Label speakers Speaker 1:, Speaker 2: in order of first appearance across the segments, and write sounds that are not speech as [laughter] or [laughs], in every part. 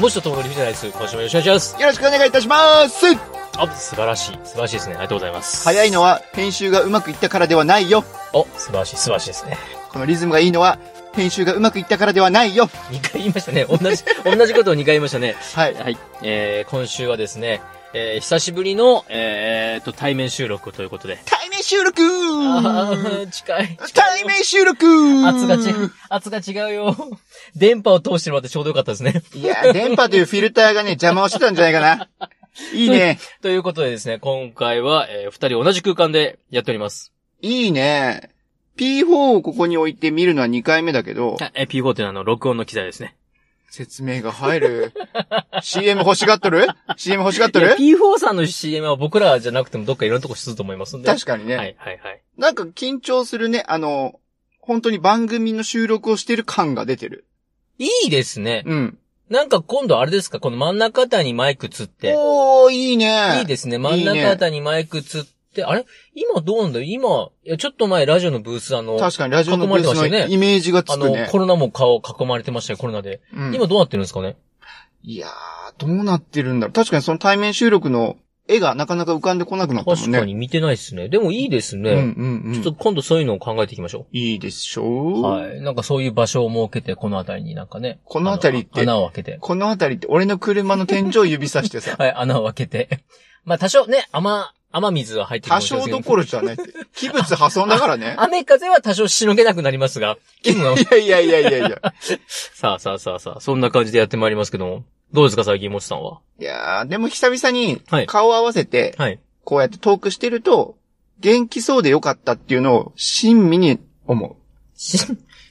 Speaker 1: もしとともに藤田です。今週もよろしくお願いします。
Speaker 2: よろしくお願いいたします
Speaker 1: あ、素晴らしい。素晴らしいですね。ありがとうございます。
Speaker 2: 早いのは編集がうまくいったからではないよ
Speaker 1: お、素晴らしい。素晴らしいですね。
Speaker 2: このリズムがいいのは編集がうまくいったからではないよ
Speaker 1: 2回言いましたね。同じ、 [laughs] 同じことを2回言いましたね。
Speaker 2: はい。
Speaker 1: はい。えー、今週はですね、えー、久しぶりの、えー、と、対面収録ということで。
Speaker 2: 対面収録
Speaker 1: あー、近い。
Speaker 2: 対面収録
Speaker 1: 圧が違う。圧が違うよ。電波を通してもらってちょうどよかったですね。
Speaker 2: いや、電波というフィルターがね、邪魔をしてたんじゃないかな。いいね。
Speaker 1: ということでですね、今回は、えー、二人同じ空間でやっております。
Speaker 2: いいね。P4 をここに置いて見るのは2回目だけど、
Speaker 1: えー、P4 っていうのはあの、録音の機材ですね。
Speaker 2: 説明が入る。CM 欲しがっとる ?CM 欲しがっと
Speaker 1: いや
Speaker 2: る
Speaker 1: P4 さんの CM は僕らじゃなくてもどっかいろんなとこすると思いますんで。
Speaker 2: 確かにね、
Speaker 1: はいはいはい。
Speaker 2: なんか緊張するね。あの、本当に番組の収録をしてる感が出てる。
Speaker 1: いいですね。
Speaker 2: うん。
Speaker 1: なんか今度あれですかこの真ん中あたりにマイクつって。
Speaker 2: おー、いいね。
Speaker 1: いいですね。真ん中あたりにマイクつって。あれ今どうなんだよ今、いや、ちょっと前ラジオのブースあの、
Speaker 2: 確かにラジオのブース
Speaker 1: 囲まれてましたよ
Speaker 2: の
Speaker 1: ね
Speaker 2: イメージがつ
Speaker 1: あ
Speaker 2: く
Speaker 1: の、
Speaker 2: ね。
Speaker 1: コロナも顔囲まれてましたよ、コロナで。
Speaker 2: うん
Speaker 1: 今どうなってるんですかね
Speaker 2: いやー、どうなってるんだろう。確かにその対面収録の絵がなかなか浮かんでこなくなったもん
Speaker 1: 確
Speaker 2: ね。
Speaker 1: かに見てないですね。でもいいです
Speaker 2: うん
Speaker 1: ね。
Speaker 2: うんうん。
Speaker 1: ちょっと今度そういうのを考えていきましょ
Speaker 2: いいでしょ
Speaker 1: う。
Speaker 2: う
Speaker 1: はい。なんかそういう場所を設けて、このあたりになんかね。
Speaker 2: この辺りって
Speaker 1: あの穴を開けて。
Speaker 2: この辺りって俺の車の天井指さしてさ
Speaker 1: [laughs] 、はい、穴を開けて。まあ多少ね、雨、雨水は入ってく
Speaker 2: 多
Speaker 1: ると思う
Speaker 2: 少
Speaker 1: ん
Speaker 2: ど
Speaker 1: ですけ。
Speaker 2: ころじゃないって。器物破損だからね
Speaker 1: [laughs] 雨風は多少しのげなくなりますが、気分は
Speaker 2: いやいやいやいやいや。
Speaker 1: さあさあさあさあ、そんな感じでやってまいりますけども。どうですか、最近もちさんは。
Speaker 2: いやー、でも久々に
Speaker 1: はい
Speaker 2: 顔を合わせて、
Speaker 1: はい。
Speaker 2: こうやってトークしてると、元気そうでよかったっていうのを親身に思
Speaker 1: し、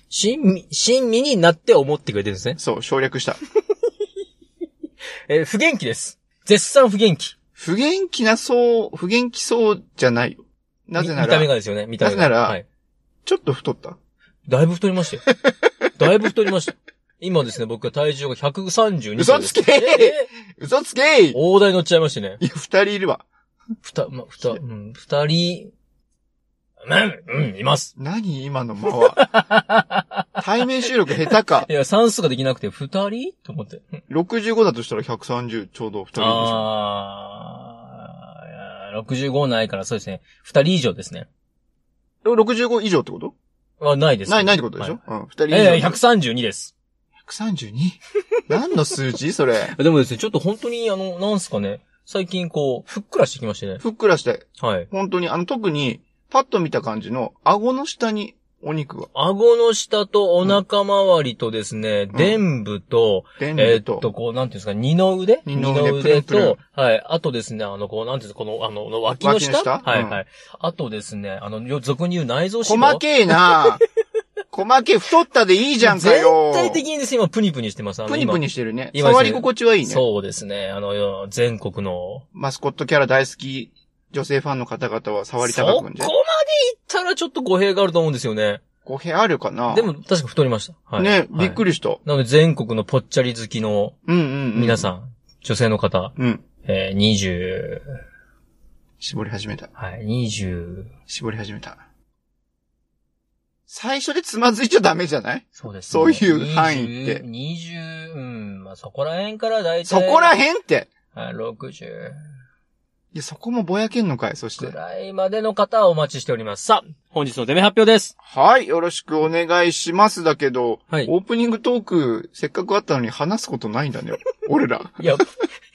Speaker 1: しんみ、しんみになって思ってくれてるんですね
Speaker 2: う。。そう、省略
Speaker 1: [laughs]
Speaker 2: した。
Speaker 1: えー不元気です。絶賛不元気。
Speaker 2: 不元気なそう、不元気そうじゃないよ。なぜな
Speaker 1: み見た目
Speaker 2: ら、
Speaker 1: がですよね、見た目が。
Speaker 2: なぜなら
Speaker 1: はい。
Speaker 2: ちょっと太った。
Speaker 1: だいぶ太りましたよ。だいぶ太りました。今ですね、僕は体重が132キロです。
Speaker 2: 嘘つけー
Speaker 1: え
Speaker 2: 嘘つけい
Speaker 1: ー大台乗っちゃいましてね。
Speaker 2: いや、二人いるわ。
Speaker 1: ふた、ま、ふた、うん、二人、うん、うん、い
Speaker 2: [laughs]
Speaker 1: ます。
Speaker 2: 何今の間は。対面収録下手か
Speaker 1: [laughs] い。や、算数ができなくて、二人と思って。
Speaker 2: 65だとしたら130ちょうど二人いるでしょ。
Speaker 1: あー、65ないから、そうですね。二人以上ですね。
Speaker 2: 65以上ってこと
Speaker 1: は、ないです。
Speaker 2: ない、ないってことでしょ、
Speaker 1: は
Speaker 2: うん、二人以
Speaker 1: い、ええ
Speaker 2: 上。
Speaker 1: 132です。
Speaker 2: 132? 何の数字それ。
Speaker 1: でもですね、ちょっと本当に、あの、なんすかね、最近こう、ふっくらしてきましてね。
Speaker 2: ふっくらして、
Speaker 1: はい。
Speaker 2: 本当に、あの、特に、パッと見た感じの、顎の下にお肉が、
Speaker 1: 顎の下とお腹周りとですね、
Speaker 2: ん
Speaker 1: 臀部と、
Speaker 2: でん
Speaker 1: えー
Speaker 2: ぶ
Speaker 1: っ
Speaker 2: と、
Speaker 1: と、こう、なんていうんですか、二の腕
Speaker 2: 二の腕
Speaker 1: 二
Speaker 2: プルン
Speaker 1: と、はい。あとですね、あの、こう、なんていうんですか、この、あの、の脇の下
Speaker 2: 脇の下
Speaker 1: はい、
Speaker 2: うん
Speaker 1: はい。あとですね、あの、よ俗に言う内臓脂肪。
Speaker 2: 細けえな細けえ、太ったでいいじゃんかよ
Speaker 1: 全体的にですね、今、プニプニしてます。あの
Speaker 2: プニプニしてるね。
Speaker 1: 今ですね
Speaker 2: 触り心地はいい
Speaker 1: 今
Speaker 2: ね。
Speaker 1: そうですね、あの、全国の。
Speaker 2: マスコットキャラ大好き、女性ファンの方々は触りた
Speaker 1: そ
Speaker 2: かっ
Speaker 1: こ
Speaker 2: た
Speaker 1: ま
Speaker 2: ん
Speaker 1: で
Speaker 2: じ
Speaker 1: い
Speaker 2: ゃ。
Speaker 1: ったらちょっと語弊があると思うんですよね。
Speaker 2: 語弊あるかな
Speaker 1: で、も、確か太りました。はい。
Speaker 2: ね、びっ
Speaker 1: り。
Speaker 2: くりした。
Speaker 1: なので、全国のぽっちゃり好きの
Speaker 2: うんうん、うん。
Speaker 1: 皆さん、女性の方、
Speaker 2: ん。うん。
Speaker 1: えー、20、
Speaker 2: 絞り始めた。
Speaker 1: はい、20、
Speaker 2: 絞り始めた。最初でつまずいちゃダメじゃない
Speaker 1: そうです、
Speaker 2: そういう範囲って
Speaker 1: 20、20うん、まあ、そこら辺から大体。
Speaker 2: そこら辺って。
Speaker 1: はい ?60
Speaker 2: いや、そこもぼやけんのかい、そして
Speaker 1: ぐ。らいまでの方をお待ちしております。さあ、本日のデメ発表
Speaker 2: [laughs]
Speaker 1: です。
Speaker 2: はい、よろしくお願いしますだけど、
Speaker 1: はい
Speaker 2: オープニングトーク、せっかくあったのに話すことないん
Speaker 1: [laughs]
Speaker 2: だね。俺ら。
Speaker 1: いや、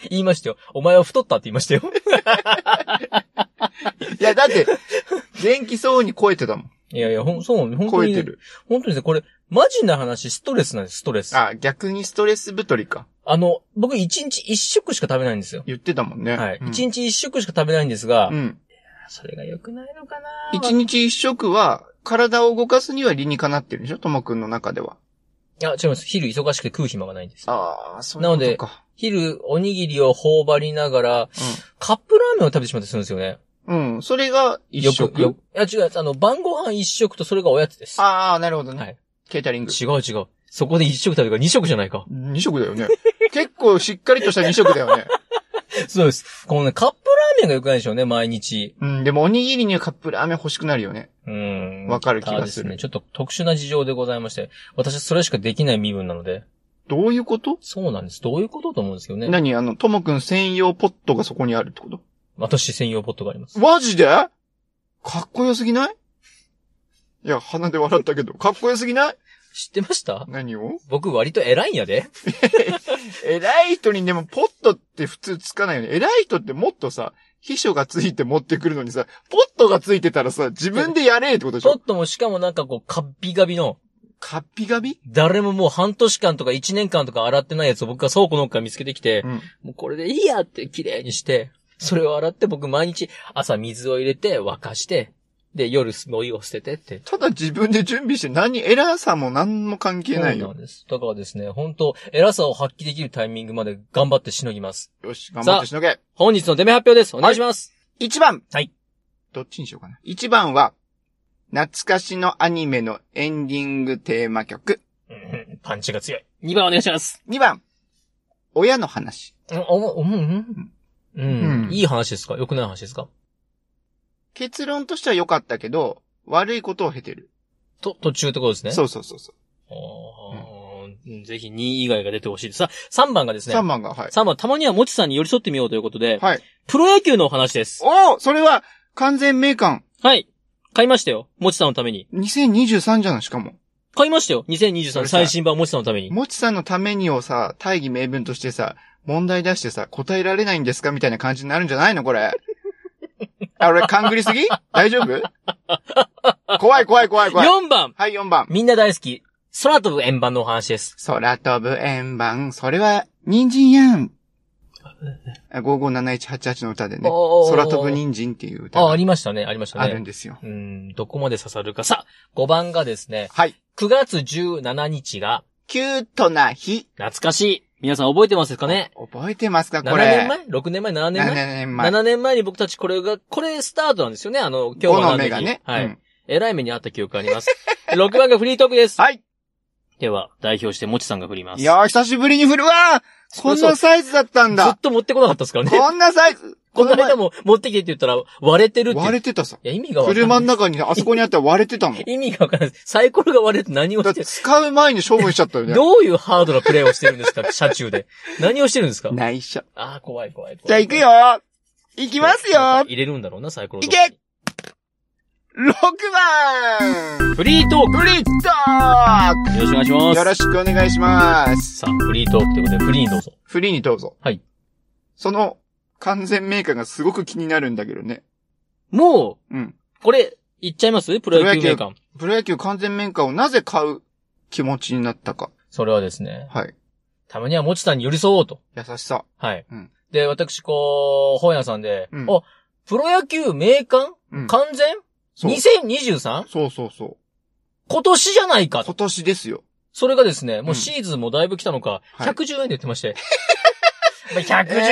Speaker 1: 言いましたよ。お前は太ったって言いましたよ。
Speaker 2: [laughs] いや、だって、元気そうに超えてたもん。
Speaker 1: いやいや、ほん、そう、本
Speaker 2: 超
Speaker 1: 当
Speaker 2: え
Speaker 1: に、
Speaker 2: てる。
Speaker 1: 本当にですね、これ、マジな話、ストレスなんです、ストレス。あ
Speaker 2: あ、逆にストレス太りか。
Speaker 1: の、僕、一日一食しか食べないんですよ。
Speaker 2: 言ってたもんね。
Speaker 1: はい。
Speaker 2: うん
Speaker 1: 一、日一食しか食べないんですが、
Speaker 2: うん。
Speaker 1: それが良くないのかな
Speaker 2: 一日一食は、体を動かすには理にかなってるでしょともくんの中では。
Speaker 1: いや、違います。昼忙しくて食う暇がないんです。
Speaker 2: ああ、そ
Speaker 1: なので
Speaker 2: か。
Speaker 1: 昼、おにぎりを頬張りながら、カップラーメンを食べてしまったりするんですよね。
Speaker 2: うん。うん、それが一
Speaker 1: よ
Speaker 2: 食。
Speaker 1: く、よく。いや、違う。あの、晩ご飯一食とそれがおやつです。
Speaker 2: ああ、なるほどね。
Speaker 1: はい
Speaker 2: ケータリング。
Speaker 1: 違う違う。そこで一食食べるから二食じゃない
Speaker 2: [laughs]
Speaker 1: か。
Speaker 2: 二食だよね。結構しっかりとした二食だよね。
Speaker 1: そうです。このね、カップラーメンが良くないでしょうね、毎日。
Speaker 2: うん、でもおにぎりにはカップラーメン欲しくなるよね。
Speaker 1: うん。
Speaker 2: わかる気が
Speaker 1: た
Speaker 2: する
Speaker 1: だですね、ちょっと特殊な事情でございまして、私はそれしかできない身分なので。
Speaker 2: どういうこと
Speaker 1: そうなんです。どういうことと思うんですけどね。
Speaker 2: 何あの、ともくん専用ポットがそこにあるってこと
Speaker 1: 私専用ポットがあります。
Speaker 2: マジでかっこよすぎないいや、鼻で笑ったけど、かっこよすぎない
Speaker 1: 知ってました
Speaker 2: 何を
Speaker 1: 僕割と偉いんやで。
Speaker 2: 偉い人にでもポットって普通つかないよね。偉い人ってもっとさ、秘書がついて持ってくるのにさ、ポットがついてたらさ、自分でやれってことでし
Speaker 1: ポッ
Speaker 2: ょ
Speaker 1: トもしかもなんかこう、カッピガビの、
Speaker 2: カッピガビ
Speaker 1: 誰ももう半年間とか1年間とか洗ってないやつを僕が倉庫の奥から見つけてきて
Speaker 2: う、ん。
Speaker 1: もうこれでいいやって綺麗にして、それを洗って僕毎日朝水を入れて沸かして、で夜お湯を捨ててって。
Speaker 2: ただ自分で準備して何、偉さも何も関係ない
Speaker 1: そう
Speaker 2: よ
Speaker 1: な。んです。だからですね、本当偉さを発揮できるタイミングまで頑張ってしのぎます。
Speaker 2: よし、頑張ってしのげ。
Speaker 1: 本日のデメ発表です。お願いします。
Speaker 2: 1番
Speaker 1: はい。
Speaker 2: どっちにしようかな。1番は、懐かしのアニメのエンディングテーマ曲。
Speaker 1: うんパンチが強い。2番お願いします。
Speaker 2: 2番、親の話。
Speaker 1: うん、おうん、うん。うん
Speaker 2: う、ん
Speaker 1: いい話ですか良くない話ですか
Speaker 2: 結論としては良かったけど、悪いことを経てる。
Speaker 1: と、途中ってことですね。
Speaker 2: そうそうそうそう。
Speaker 1: あーぜひ2位以外が出てほしいです。さあ、3番がですね。
Speaker 2: 3番が、はい。
Speaker 1: 3番、たまにはもちさんに寄り添ってみようということで、
Speaker 2: はい。
Speaker 1: プロ野球のお話です。
Speaker 2: おおそれは、完全名鑑。
Speaker 1: はい。買いましたよ。もちさんのために。
Speaker 2: 2023じゃない、しかも。
Speaker 1: 買いましたよ。2023
Speaker 2: う
Speaker 1: 年
Speaker 2: るさい
Speaker 1: 最新版もちさんのために。
Speaker 2: もちさんのためにをさ、大義名分としてさ、問題出してさ、答えられないんですかみたいな感じになるんじゃないのこれ。あ、俺、勘ぐりすぎ大丈夫怖い怖い怖い怖い。
Speaker 1: 4番、
Speaker 2: はい、4番。
Speaker 1: みんな大好き、空飛ぶ円盤のお話です。
Speaker 2: 空飛ぶ円盤、それは、人参やん。あ557188の歌でね、
Speaker 1: おー
Speaker 2: 空飛ぶ人参っていう歌
Speaker 1: あ、あ
Speaker 2: が
Speaker 1: りましたね。ありました
Speaker 2: あるん
Speaker 1: ね。
Speaker 2: ですよ。
Speaker 1: うん、どこまで刺さるか。さあ、5番がですね、
Speaker 2: はい。
Speaker 1: 9月17日が、
Speaker 2: キュートな日。
Speaker 1: 懐かしい。皆さん覚えてますかね
Speaker 2: 覚えてますかこ
Speaker 1: ?7
Speaker 2: れ。
Speaker 1: 年前 ?6 年前 ?7 年前
Speaker 2: 7年前。
Speaker 1: 7年前に僕たちこれが、これスタートなんですよね。あの、今日
Speaker 2: 5
Speaker 1: は
Speaker 2: の目がね。
Speaker 1: はい。
Speaker 2: うん
Speaker 1: えらい目にあった記憶があります。6番が [laughs] フリートークです。
Speaker 2: はい。
Speaker 1: では、代表してもちさんが振ります。
Speaker 2: いやー、久しぶりに振るわーこん
Speaker 1: そう
Speaker 2: なサイズだったん
Speaker 1: ずっ
Speaker 2: だ
Speaker 1: と持ってこなかったですからね。
Speaker 2: こんなサイズ
Speaker 1: この
Speaker 2: 前
Speaker 1: 間も持ってきてって言ったら、割れてるって。
Speaker 2: 割れてたさ。
Speaker 1: いや、意味がわかんな
Speaker 2: 車
Speaker 1: い。
Speaker 2: の中にあそこにあったら割れてた
Speaker 1: [laughs]
Speaker 2: もん。
Speaker 1: 意味がわかんないです。サイコロが割れて何を
Speaker 2: だ
Speaker 1: し
Speaker 2: ってて
Speaker 1: る
Speaker 2: 使う前に処分しちゃったよね。
Speaker 1: どういうハードなプレイをしてるん
Speaker 2: [laughs]
Speaker 1: ですか車中で。何をしてるんですか
Speaker 2: 内緒。
Speaker 1: ああ、怖い怖い怖い。
Speaker 2: じゃあ行くよ行き
Speaker 1: き
Speaker 2: ますよ
Speaker 1: 入れるんだろうな、サイコロと
Speaker 2: い
Speaker 1: か。
Speaker 2: け !6 番
Speaker 1: フリートー
Speaker 2: フリッタ
Speaker 1: クよろしくお願いします。
Speaker 2: ーよろしくお願いします。
Speaker 1: さあ、フリートークということで、フリーにどうぞ。
Speaker 2: フリーにどうぞ。
Speaker 1: はい。
Speaker 2: その、完全メーカーがすごく気になるんだけどね。
Speaker 1: も
Speaker 2: うん。
Speaker 1: う、これ、言っちゃいますプロ野球名鑑。
Speaker 2: プロ野球完全メーカーをなぜ買う気持ちになったか。
Speaker 1: それはですね、
Speaker 2: はい。
Speaker 1: たまにはもちさんに寄り添おうと。
Speaker 2: 優しさ。
Speaker 1: はい。
Speaker 2: うん
Speaker 1: で、私、こう、本屋さんで、
Speaker 2: うん
Speaker 1: あ、プロ野球名鑑
Speaker 2: うん
Speaker 1: 完全
Speaker 2: そう
Speaker 1: ?2023?
Speaker 2: そうそうそう。
Speaker 1: 今年じゃないかと
Speaker 2: 今。年ですよ。
Speaker 1: それがですね、もううんシーズンもだいぶ来たのか、
Speaker 2: はい
Speaker 1: 110円で言ってま
Speaker 2: [laughs]
Speaker 1: して。まあ110円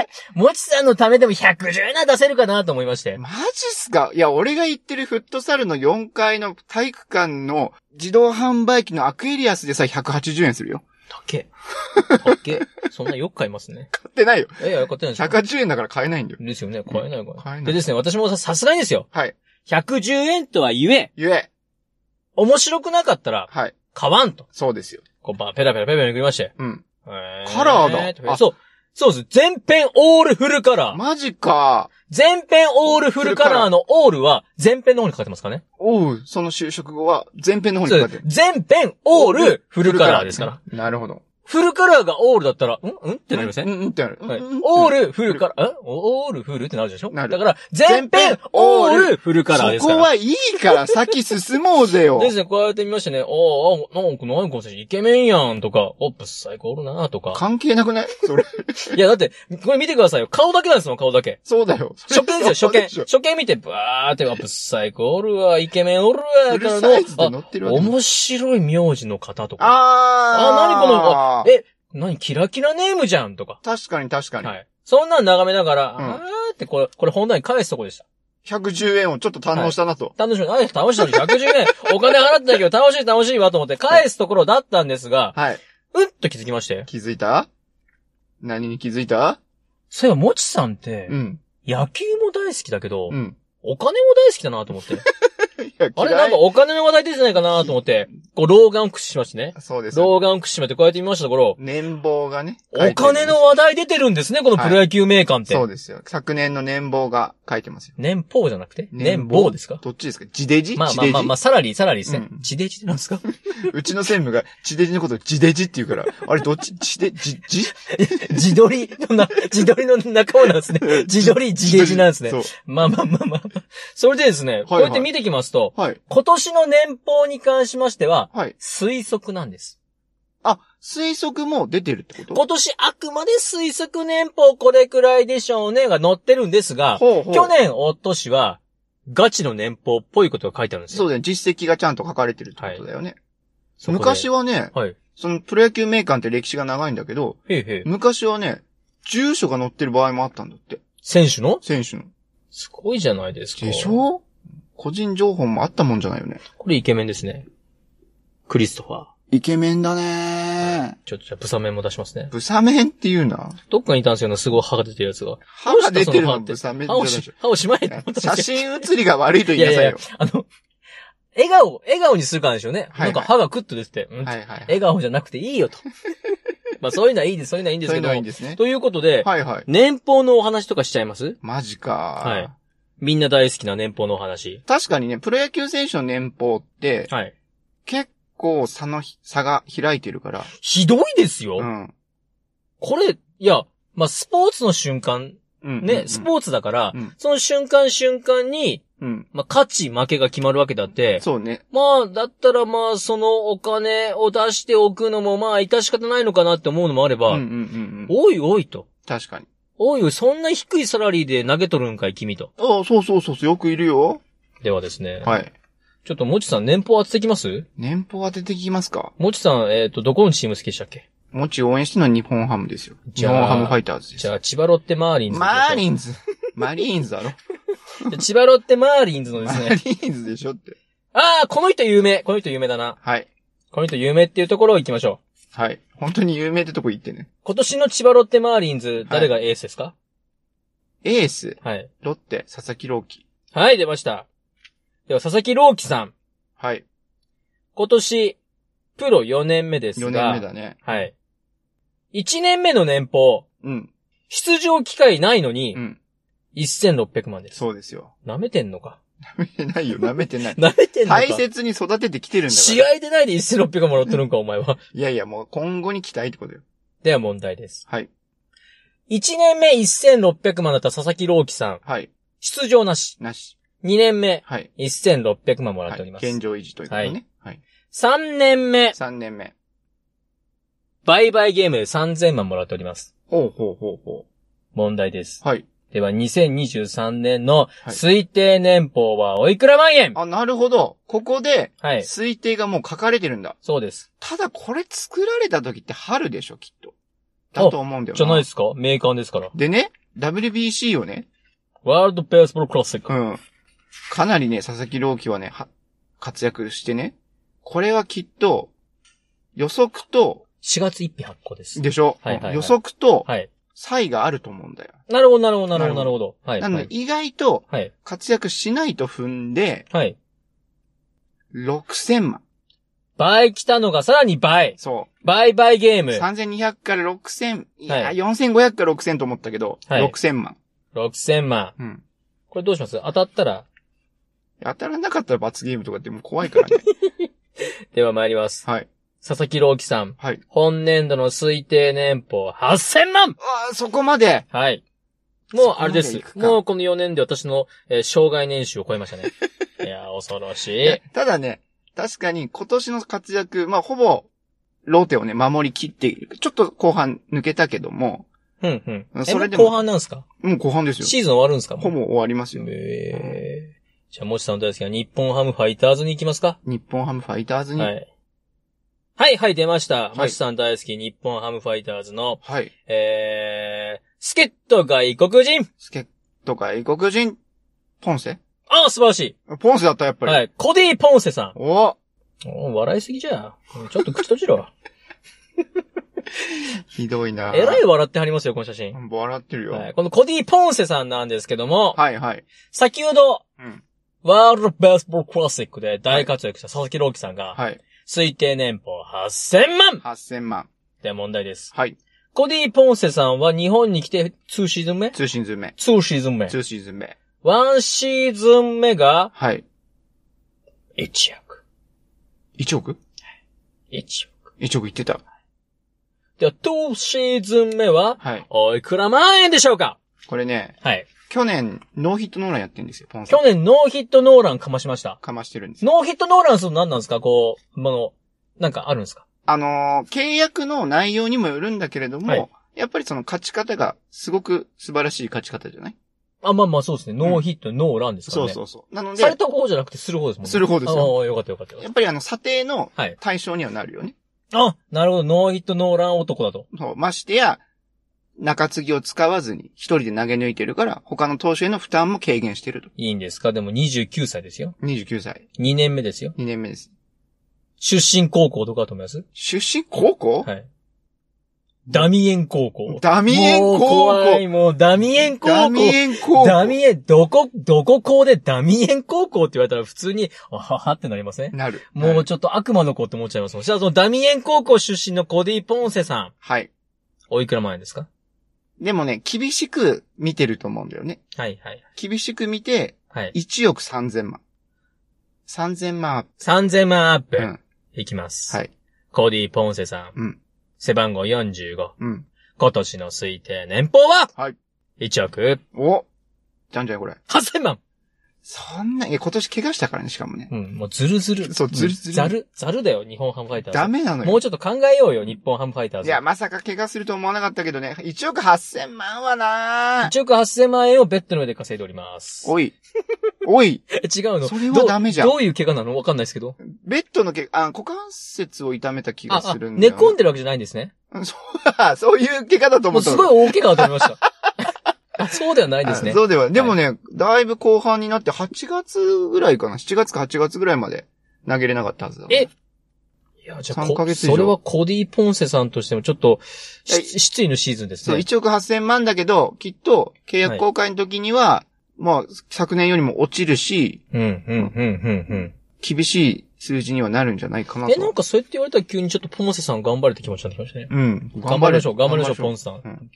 Speaker 2: え
Speaker 1: もちさんのためでも110円は出せるかなと思いまして。
Speaker 2: マジっすかいや、俺が行ってるフットサルの4階の体育館の自動販売機のアクエリアスでさ、180円するよ。
Speaker 1: だけ。だ
Speaker 2: [laughs]
Speaker 1: け。そんなよく買いますね。
Speaker 2: 買ってないよ。
Speaker 1: いやいや、買ってないですよ。
Speaker 2: 180円だから買えないんだよ。
Speaker 1: ですよね。買えないか
Speaker 2: うん
Speaker 1: ら。
Speaker 2: 買えない
Speaker 1: でですね、私もささすがにですよ。
Speaker 2: はい。
Speaker 1: 110円とは言え、
Speaker 2: ゆえ。
Speaker 1: 面白くなかったら、
Speaker 2: はい。
Speaker 1: 買わんと。
Speaker 2: そうですよ。
Speaker 1: こう、ば、ペラペラペラペラめくりまして。
Speaker 2: うん。
Speaker 1: カ
Speaker 2: カラーだあ
Speaker 1: そう。そうです。全編オールフルカラー。
Speaker 2: マジか。
Speaker 1: 全編オールフルカラーのオールは、全編の方にかかってますからね。
Speaker 2: おう、その就職後は前編の方に
Speaker 1: そ
Speaker 2: かかっ
Speaker 1: う
Speaker 2: て
Speaker 1: です
Speaker 2: る。
Speaker 1: 全編オールフルカラーですから。。
Speaker 2: なるほど。っ
Speaker 1: フルカラーがオールだったら、んんってなりません
Speaker 2: うん、うんってなる。
Speaker 1: はい
Speaker 2: うん
Speaker 1: オールフルカラー、んオールフルってなるでしょ
Speaker 2: な
Speaker 1: だ
Speaker 2: る
Speaker 1: から、全編オールフルカラーです
Speaker 2: そ
Speaker 1: か
Speaker 2: こ
Speaker 1: ら。
Speaker 2: はいいから先進もうぜよ。
Speaker 1: [laughs] ですね、こうやって見ましてね、おーあー、なんか、なんかこの選手イケメンやんとか、おっぱ、最高おるなとか。
Speaker 2: 関係なくないそれ。
Speaker 1: いや、だって、これ見てくださいよ。顔だけなんですよ、顔だけ。
Speaker 2: そうだよ。それ
Speaker 1: 初見です
Speaker 2: [laughs]
Speaker 1: よ、
Speaker 2: そう
Speaker 1: 初見。
Speaker 2: でしょ
Speaker 1: 初見見て、バーって、やっぱ、最高おるわ、イケメンおるわ、か
Speaker 2: フル
Speaker 1: ら
Speaker 2: サイズで乗
Speaker 1: の、
Speaker 2: ってる
Speaker 1: あ、
Speaker 2: わけ
Speaker 1: 面白い名字の方とか。
Speaker 2: あ
Speaker 1: あ、何
Speaker 2: ー。
Speaker 1: このあ、え、何キラキラネームじゃんとか。
Speaker 2: 確かに確かに。
Speaker 1: はい。そんなん眺めながら、
Speaker 2: うん
Speaker 1: あーって、これ、これ本題に返すとこでした。
Speaker 2: 110円をちょっと堪能したなと。
Speaker 1: 楽しみ、あ楽しみ、110円、 [laughs] お金払ったけど楽しい楽しいわと思って返すところだったんですが、
Speaker 2: はい。
Speaker 1: うっと気づきまして。
Speaker 2: 気づいた何に気づいた
Speaker 1: そういえば、もちさんって
Speaker 2: う、ん。
Speaker 1: 野球も大好きだけど
Speaker 2: う、ん。
Speaker 1: お金も大好きだなと思って。
Speaker 2: いや
Speaker 1: あれなんか
Speaker 2: 嫌い
Speaker 1: お金の話題出てないかなと思って、こう、老眼を駆使しましてね。
Speaker 2: そうです。
Speaker 1: 老眼を駆使しまして、こうやって見ましたところ、
Speaker 2: 年俸がね。
Speaker 1: お金の話題出てるんですね、このプロ野球メーカーっ
Speaker 2: そ
Speaker 1: て。
Speaker 2: うですよ。昨年の年俸が書いてますよ。
Speaker 1: 年俸じゃなくて
Speaker 2: 年
Speaker 1: 年
Speaker 2: 俸
Speaker 1: 俸ですか
Speaker 2: どっちですか地デジ
Speaker 1: まあ
Speaker 2: 地
Speaker 1: まあ
Speaker 2: デ
Speaker 1: まあまあ、
Speaker 2: ジ
Speaker 1: サラリー、サラリーですね
Speaker 2: うん。
Speaker 1: 地デジってなんですか [laughs]
Speaker 2: うちの専務が地デジのことを地デジって言うから、あれどっち地デジ、地
Speaker 1: 自撮りのな、自撮りの仲間なんですね。自撮り、自デジなんですね
Speaker 2: そ。う。
Speaker 1: まあまあまあまあ。それでですね、こうやって見てきますと、
Speaker 2: はい。
Speaker 1: 今年の年俸に関しましては、
Speaker 2: はい。
Speaker 1: 推測なんです。
Speaker 2: あ、推測も出てるってこと
Speaker 1: 今年あくまで推測年俸これくらいでしょうねが載ってるんですが、
Speaker 2: ほうほう。
Speaker 1: 去年、おとしは、ガチの年俸っぽいことが書いてあるんですよ。
Speaker 2: そうだよね。実績がちゃんと書かれてるってことだよね。
Speaker 1: そこで
Speaker 2: 昔はね、
Speaker 1: はい。
Speaker 2: そのプロ野球メーカーって歴史が長いんだけど、
Speaker 1: へいへい。
Speaker 2: 昔はね、住所が載ってる場合もあったんだって。
Speaker 1: 選手の
Speaker 2: 選手の。
Speaker 1: すごいじゃないですか。
Speaker 2: でしょ個人情報もあったもんじゃないよね。
Speaker 1: これイケメンですね。クリストファー。
Speaker 2: イケメンだね
Speaker 1: ちょっとじゃあ、ブサメンも出しますね。
Speaker 2: ブサメンって言うな。
Speaker 1: どっかにいたんですよね、すごい歯が出てるやつが。
Speaker 2: 歯が出てる
Speaker 1: どうしたその歯
Speaker 2: の
Speaker 1: って
Speaker 2: ブサメンじ
Speaker 1: 歯
Speaker 2: ゃない
Speaker 1: を
Speaker 2: でし
Speaker 1: し、歯をしまえって思ったん
Speaker 2: ょ。
Speaker 1: ですよ
Speaker 2: 写真写りが悪いと
Speaker 1: い
Speaker 2: 言
Speaker 1: や
Speaker 2: いないさい
Speaker 1: やいや
Speaker 2: よ。、
Speaker 1: あの、笑顔、笑顔にするからでしょうね。
Speaker 2: はいは
Speaker 1: なん
Speaker 2: い
Speaker 1: か歯がクッと出てて、うん
Speaker 2: はいはい。
Speaker 1: 笑顔じゃなくていいよ [laughs] と。まあそういうのはいいです、そういうのはいいんです
Speaker 2: そう
Speaker 1: け
Speaker 2: いう
Speaker 1: ど。
Speaker 2: のはいいんですね。
Speaker 1: ということで、
Speaker 2: はいはい。
Speaker 1: 年俸のお話とかしちゃいます
Speaker 2: マジか。
Speaker 1: はいみんな大好きな年俸のお話。
Speaker 2: 確かにね、プロ野球選手の年俸って、
Speaker 1: はい。
Speaker 2: 結構差のひ、差が開いてるから。
Speaker 1: ひどいですよ、
Speaker 2: うん。
Speaker 1: これ、いや、まあスポーツの瞬間、
Speaker 2: うん。
Speaker 1: ね、ス
Speaker 2: ー
Speaker 1: ポーツだから、
Speaker 2: うん
Speaker 1: その瞬間瞬間に、
Speaker 2: ツ。うん。
Speaker 1: まあ勝ち負けが決まるわけだって、
Speaker 2: そうね。
Speaker 1: まあ、だったらまあ、そのお金を出しておくのもまあ、致し方ないのかなって思うのもあれ
Speaker 2: うん
Speaker 1: ば、
Speaker 2: うんうんうん。
Speaker 1: おいおいと。
Speaker 2: 確かに。
Speaker 1: おいおい、そんな低いサラリーで投げとるんかい、君と。
Speaker 2: ああ、そうそうそうそう、よくいるよ。
Speaker 1: ではですね。
Speaker 2: はい。
Speaker 1: ちょっと、もちさん、年俸当ててきます
Speaker 2: 年俸当ててきますか
Speaker 1: もちさん、えっ、と、どこのチーム好きでしたっけ
Speaker 2: もち応援してるのは日本ハムですよ。日
Speaker 1: じゃあ
Speaker 2: 本ハムファイターズです。
Speaker 1: じゃあ、千葉ロッテマーリンズ。
Speaker 2: マーリ
Speaker 1: ン [laughs]
Speaker 2: ンズ。マリーンズだろ。
Speaker 1: 千葉ロッテマーリンズので
Speaker 2: マ
Speaker 1: す
Speaker 2: リ
Speaker 1: ね。
Speaker 2: ーンズでしょって。
Speaker 1: ああ、この人有名。この人有名だな。
Speaker 2: はい。
Speaker 1: この人有名っていうところを行きましょう。
Speaker 2: はい。本当に有名ってとこ行ってね。
Speaker 1: 今年の千葉ロッテマーリンズ、誰がエースですか
Speaker 2: エース、
Speaker 1: はい。
Speaker 2: ロッテ、佐々木朗希。
Speaker 1: はい、出ました。では、佐々木朗希さん。
Speaker 2: はい。
Speaker 1: 今年、プロ4年目ですが、
Speaker 2: 4年目だね。
Speaker 1: はい。1年目の年俸、
Speaker 2: うん。
Speaker 1: 出場機会ないのに
Speaker 2: う、ん。
Speaker 1: 1600万です。
Speaker 2: そうですよ。
Speaker 1: 舐めてんのか。。
Speaker 2: 舐めてないよ、舐めてない
Speaker 1: [laughs] 舐めてんのか。
Speaker 2: 大切に育ててきてるんだか
Speaker 1: 試
Speaker 2: ら。
Speaker 1: 合でないで1600万もらってるんか、お前は。 [laughs]
Speaker 2: いやいや、もう今後に期待ってことよ。
Speaker 1: では問題です。
Speaker 2: はい。
Speaker 1: 1年目1600万だった佐々木朗希さん、
Speaker 2: はい。
Speaker 1: 出場なし。
Speaker 2: なし。
Speaker 1: 2年目
Speaker 2: はい。
Speaker 1: 1600万もらっ
Speaker 2: は
Speaker 1: てお
Speaker 2: い
Speaker 1: ります。
Speaker 2: 現状維持ということね。はい。
Speaker 1: 3年目、
Speaker 2: 3年目。
Speaker 1: 売買ゲームで3000万もらっております。
Speaker 2: ほうほうほうほ
Speaker 1: 問題です。
Speaker 2: う。はい。
Speaker 1: では、2023年の
Speaker 2: はい
Speaker 1: 推定年俸はおいくら万円
Speaker 2: あ、なるほど。ここで、
Speaker 1: はい。
Speaker 2: 推定がもう書かれてるんだ。
Speaker 1: そうです。
Speaker 2: ただこれ作られた時って春でしょ、きっと。だと思うんだよな。
Speaker 1: じゃないですかメーカーですから。
Speaker 2: でね、WBC をね、
Speaker 1: ワールドベースボールクラシック。
Speaker 2: うん。かなりね、佐々木朗希はね、は活躍してね、これはきっと、予測と、
Speaker 1: 4月1日発行です。
Speaker 2: でしょ、
Speaker 1: はいはいはい
Speaker 2: 予測と、
Speaker 1: はい。
Speaker 2: 差異があると思うんだよ。
Speaker 1: なるほど、なるほど、なるほど、な
Speaker 2: なる
Speaker 1: るほど。はい。
Speaker 2: なの
Speaker 1: は
Speaker 2: で、
Speaker 1: い。
Speaker 2: 意外と
Speaker 1: はい。
Speaker 2: 活躍しないと踏んで、
Speaker 1: はい。
Speaker 2: 6000万。
Speaker 1: 倍来たのがさらに倍。
Speaker 2: そ
Speaker 1: 倍倍ゲー
Speaker 2: う。
Speaker 1: ム。
Speaker 2: 3200から6000、いや、
Speaker 1: はい
Speaker 2: 4500から6000と思ったけど、
Speaker 1: はい
Speaker 2: 6000万。
Speaker 1: 6000万。
Speaker 2: うん。
Speaker 1: これどうします当たったら。
Speaker 2: 当たらなかったら罰ゲームとかってもう怖いか
Speaker 1: [laughs]
Speaker 2: らね。
Speaker 1: では参ります。
Speaker 2: はい。
Speaker 1: 佐々木朗希さん。
Speaker 2: はい。
Speaker 1: 本年度の推定年俸8000万
Speaker 2: ああ、そこまで
Speaker 1: はい。
Speaker 2: そ
Speaker 1: もう
Speaker 2: こ、
Speaker 1: あ
Speaker 2: まで
Speaker 1: れで
Speaker 2: い
Speaker 1: す
Speaker 2: く。か
Speaker 1: もうこの4年で私の、えー障害年収を超えました
Speaker 2: [laughs]
Speaker 1: ね。いやー、恐ろしい
Speaker 2: え。ただね、確かに今年の活躍、まあほぼ、ローテをね、守り切っている。ちょっと後半抜けたけども、
Speaker 1: うんうん。え
Speaker 2: それでも
Speaker 1: もう後半なんですか
Speaker 2: もう後半ですよ。
Speaker 1: シーズン終わるんですかもう
Speaker 2: ほぼ終わりますよ。
Speaker 1: ええじゃあ、もちさんの大好きな日本ハムファイターズに行きますか、
Speaker 2: 日本ハムファイターズに。
Speaker 1: は
Speaker 2: はい。
Speaker 1: い。はい、はい、出ました。
Speaker 2: い
Speaker 1: もちさん大好き日本ハムファイターズの、えー、助っ人外国人
Speaker 2: 助っ人外国人、ポンセ
Speaker 1: ああ、素晴らしい。
Speaker 2: ポンセだった、やっぱり。
Speaker 1: はい。コディ・ポンセさん。
Speaker 2: お
Speaker 1: お笑いすぎじゃ。ちょっと口閉じ
Speaker 2: [laughs]
Speaker 1: ろ。
Speaker 2: ひどいな
Speaker 1: えらい笑ってはりますよ、この写真。
Speaker 2: 笑ってるよ。
Speaker 1: はい、このコディ・ポンセさんなんですけども、
Speaker 2: はい、はい。
Speaker 1: 先ほど、
Speaker 2: うん。
Speaker 1: ワールドベースボールクラシックで大活躍した佐々木朗希さんが、
Speaker 2: はい。
Speaker 1: 推定年俸8000万
Speaker 2: 8000万。
Speaker 1: で問題です。
Speaker 2: はい。
Speaker 1: コディ・ポンセさんは日本に来て2シーズン目
Speaker 2: 通信ズ目。
Speaker 1: ?2 シーズン目。
Speaker 2: 通信ズ目。
Speaker 1: 1シーズン目が
Speaker 2: はい。
Speaker 1: 1億。
Speaker 2: 1億
Speaker 1: 1億。
Speaker 2: ?1 億言ってた。
Speaker 1: で、2シーズン目は、
Speaker 2: はい。
Speaker 1: おいくら万円でしょうか
Speaker 2: これね、
Speaker 1: はい。
Speaker 2: 去年、ノーヒットノーランやってんですよ、ポンさん
Speaker 1: 去。年ノーヒットノーランかましました。
Speaker 2: かましてるんですよ。
Speaker 1: ノーヒットノーランするの何なんですかこう、もの、なんかあるんですか
Speaker 2: あのー契約の内容にもよるんだけれども、
Speaker 1: はい
Speaker 2: やっぱりその勝ち方がすごく素晴らしい勝ち方じゃない、
Speaker 1: あ、まあまあそうですね。ノーヒット、ノーランですから
Speaker 2: そ
Speaker 1: ね。
Speaker 2: うそうそう。なので、
Speaker 1: され
Speaker 2: や
Speaker 1: た方じゃなくてする方ですもんね。
Speaker 2: する方ですよ
Speaker 1: よ。ああ、よかったよかったよかっ
Speaker 2: っぱりあの、査定の
Speaker 1: た。はい。
Speaker 2: 対象にはなるよね。
Speaker 1: あ、なるほど。ノーヒットノーラン男だと。
Speaker 2: そうましてや、中継ぎを使わずに一人で投げ抜いてるから、他の投手への負担も軽減してると。
Speaker 1: いいんですかでも29歳ですよ。
Speaker 2: 29歳。
Speaker 1: 2年目ですよ。
Speaker 2: 2年目です。
Speaker 1: 出身高校とかだと思います
Speaker 2: 出身高校、
Speaker 1: はい。ダミエン高校。
Speaker 2: ダミエン高
Speaker 1: もう怖
Speaker 2: 校
Speaker 1: い、もうダミエン高校。
Speaker 2: ダミエン高校
Speaker 1: ダミエン、どこ、どこ校でダミエン高校って言われたら普通に、あははってなりますね。
Speaker 2: なる。
Speaker 1: も
Speaker 2: な
Speaker 1: う
Speaker 2: る
Speaker 1: ちょっと悪魔の子って思っちゃいますもん。そしたらそのダミエン高校出身のコディ・ポンセさん、
Speaker 2: はい。
Speaker 1: おいくら前ですか
Speaker 2: でもね、厳しく見てると思うんだよね。
Speaker 1: はいはい。
Speaker 2: 厳しく見て、
Speaker 1: はい。
Speaker 2: 1億3000万。3000万アップ。
Speaker 1: 3000万アップ、
Speaker 2: うん。
Speaker 1: いきます。
Speaker 2: はい。
Speaker 1: コディ・ポンセさん、
Speaker 2: うん。
Speaker 1: 背番号45、
Speaker 2: うん。
Speaker 1: 今年の推定年俸は、
Speaker 2: はい。
Speaker 1: 1億
Speaker 2: おじゃんじゃんこれ。
Speaker 1: 8000万
Speaker 2: そんな、いや、今年怪我したからね、しかもね。
Speaker 1: うん、もうズルズル。
Speaker 2: そうズルズル
Speaker 1: ザル、ザルだよ、日本ハムファイターズ。
Speaker 2: ダメなの
Speaker 1: も
Speaker 2: よ
Speaker 1: う。ちょっと考えようよ、日本ハムファイター
Speaker 2: い
Speaker 1: ズ。
Speaker 2: や、まさか怪我すると思わなかったけどね。1億8000万はな
Speaker 1: 1億8000万円をベッドの上で稼いでおります。
Speaker 2: おい。おい。
Speaker 1: え違うの
Speaker 2: それは
Speaker 1: どう
Speaker 2: ダメじゃん
Speaker 1: どういう怪我なのわかんないですけど。
Speaker 2: ベッドのけ、あ、股関節を痛めた気が
Speaker 1: あ、あ
Speaker 2: するんだ
Speaker 1: 寝
Speaker 2: よ、ね。
Speaker 1: 込んでるわけじゃないんですね。
Speaker 2: でそう、 [laughs] そういう怪我だと
Speaker 1: も
Speaker 2: 思
Speaker 1: う
Speaker 2: った
Speaker 1: す
Speaker 2: の
Speaker 1: ごい大怪我だと思いました。
Speaker 2: [laughs]
Speaker 1: あそうではないですね
Speaker 2: あ。そうでは。でもね、だいぶ後半になって8月ぐらいかな。7月か8月ぐらいまで投げれなかったはずだ。
Speaker 1: えいや、じゃあ、
Speaker 2: 3ヶ
Speaker 1: こ
Speaker 2: 月以上
Speaker 1: それはコディ・ポンセさんとしてもちょっと、
Speaker 2: はい
Speaker 1: し失意のシーズンです
Speaker 2: そう、
Speaker 1: ね。
Speaker 2: 1億8000万だけど、きっと契約公開の時には、まあ、昨年よりも落ちるし、
Speaker 1: うん、うん、うん、うん、
Speaker 2: 厳しい数字にはなるんじゃないか
Speaker 1: う。
Speaker 2: なんと。
Speaker 1: え、なんかそうやって言われたら急にちょっとポンセさん頑張れって気持ちになってきましたね。
Speaker 2: うん。
Speaker 1: 頑張りましょう、頑張りましょう、ポン
Speaker 2: ス。
Speaker 1: セさん。
Speaker 2: うん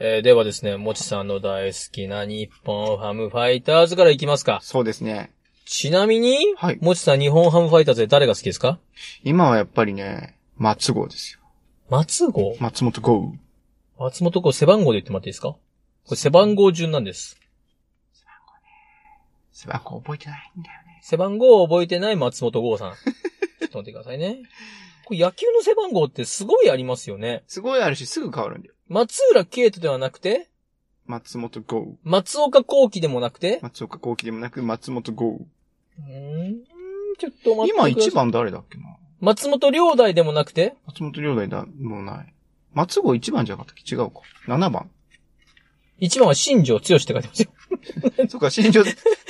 Speaker 1: えーではですね、もちさんの大好きな日本ハムファイターズからいきますか。
Speaker 2: そうですね。
Speaker 1: ちなみに、
Speaker 2: はい
Speaker 1: もちさん日本ハムファイターズで誰が好きですか
Speaker 2: 今はやっぱりね、松郷ですよ。
Speaker 1: 松郷
Speaker 2: 松本郷。
Speaker 1: 松本郷背番号で言ってもらっていいですかこれ背番号順なんです。
Speaker 2: 背番号覚えてないんだよね。
Speaker 1: 背番号を覚えてない松本郷さん。 [laughs] ちょっと待ってくださいね。これ野球の背番号ってすごいありますよね。
Speaker 2: すごいあるし、すぐ変わるんだよ。
Speaker 1: 松浦慶斗ではなくて、
Speaker 2: 松本郷。
Speaker 1: 松岡幸輝でもなくて、
Speaker 2: 松岡幸輝でもなく、松本郷。
Speaker 1: うーん、ちょっと待ってくだ
Speaker 2: 今
Speaker 1: さい。
Speaker 2: 一番誰だっけな
Speaker 1: 松本良大でもなくて、
Speaker 2: 松本良大だ、もうない。松郷一番じゃなかったっけ違うか。7番。
Speaker 1: 一番は新庄剛志って書いてますよ。 [laughs]
Speaker 2: そうか、新庄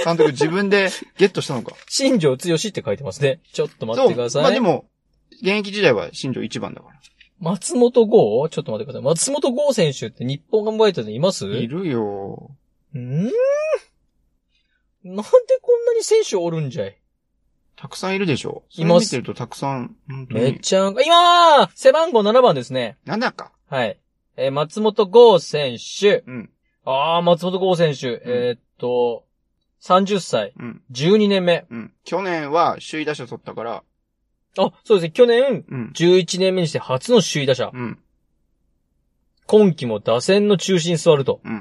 Speaker 2: 監督自分でゲットしたのか。
Speaker 1: 新庄剛志って書いてますね。ちょっ [laughs] と待っ
Speaker 2: そ
Speaker 1: て
Speaker 2: う、
Speaker 1: ください。
Speaker 2: まあでも、現役時代は新庄一番だか
Speaker 1: 松本剛ちょっと待ってください。松本剛選手って日本ハムファイターズにいます
Speaker 2: ら。いるよ
Speaker 1: うーんなんでこんなに選手おるんじゃい
Speaker 2: たくさんいるでしょ。
Speaker 1: います
Speaker 2: それ見てるとたくさん、本当
Speaker 1: めっ
Speaker 2: に。
Speaker 1: ちゃ、今背番号7番ですね。
Speaker 2: なんだか。
Speaker 1: はい。えー松本剛選手。
Speaker 2: うん。
Speaker 1: あー、松本剛選手。えーっと、30歳、
Speaker 2: うん。
Speaker 1: 12年目。
Speaker 2: うん。去年は首位打者取ったから、
Speaker 1: あ、そうですね。去年、
Speaker 2: うん。
Speaker 1: 11年目にして初の首位打者。
Speaker 2: うん。
Speaker 1: 今季も打線の中心に座ると。
Speaker 2: うん。
Speaker 1: あ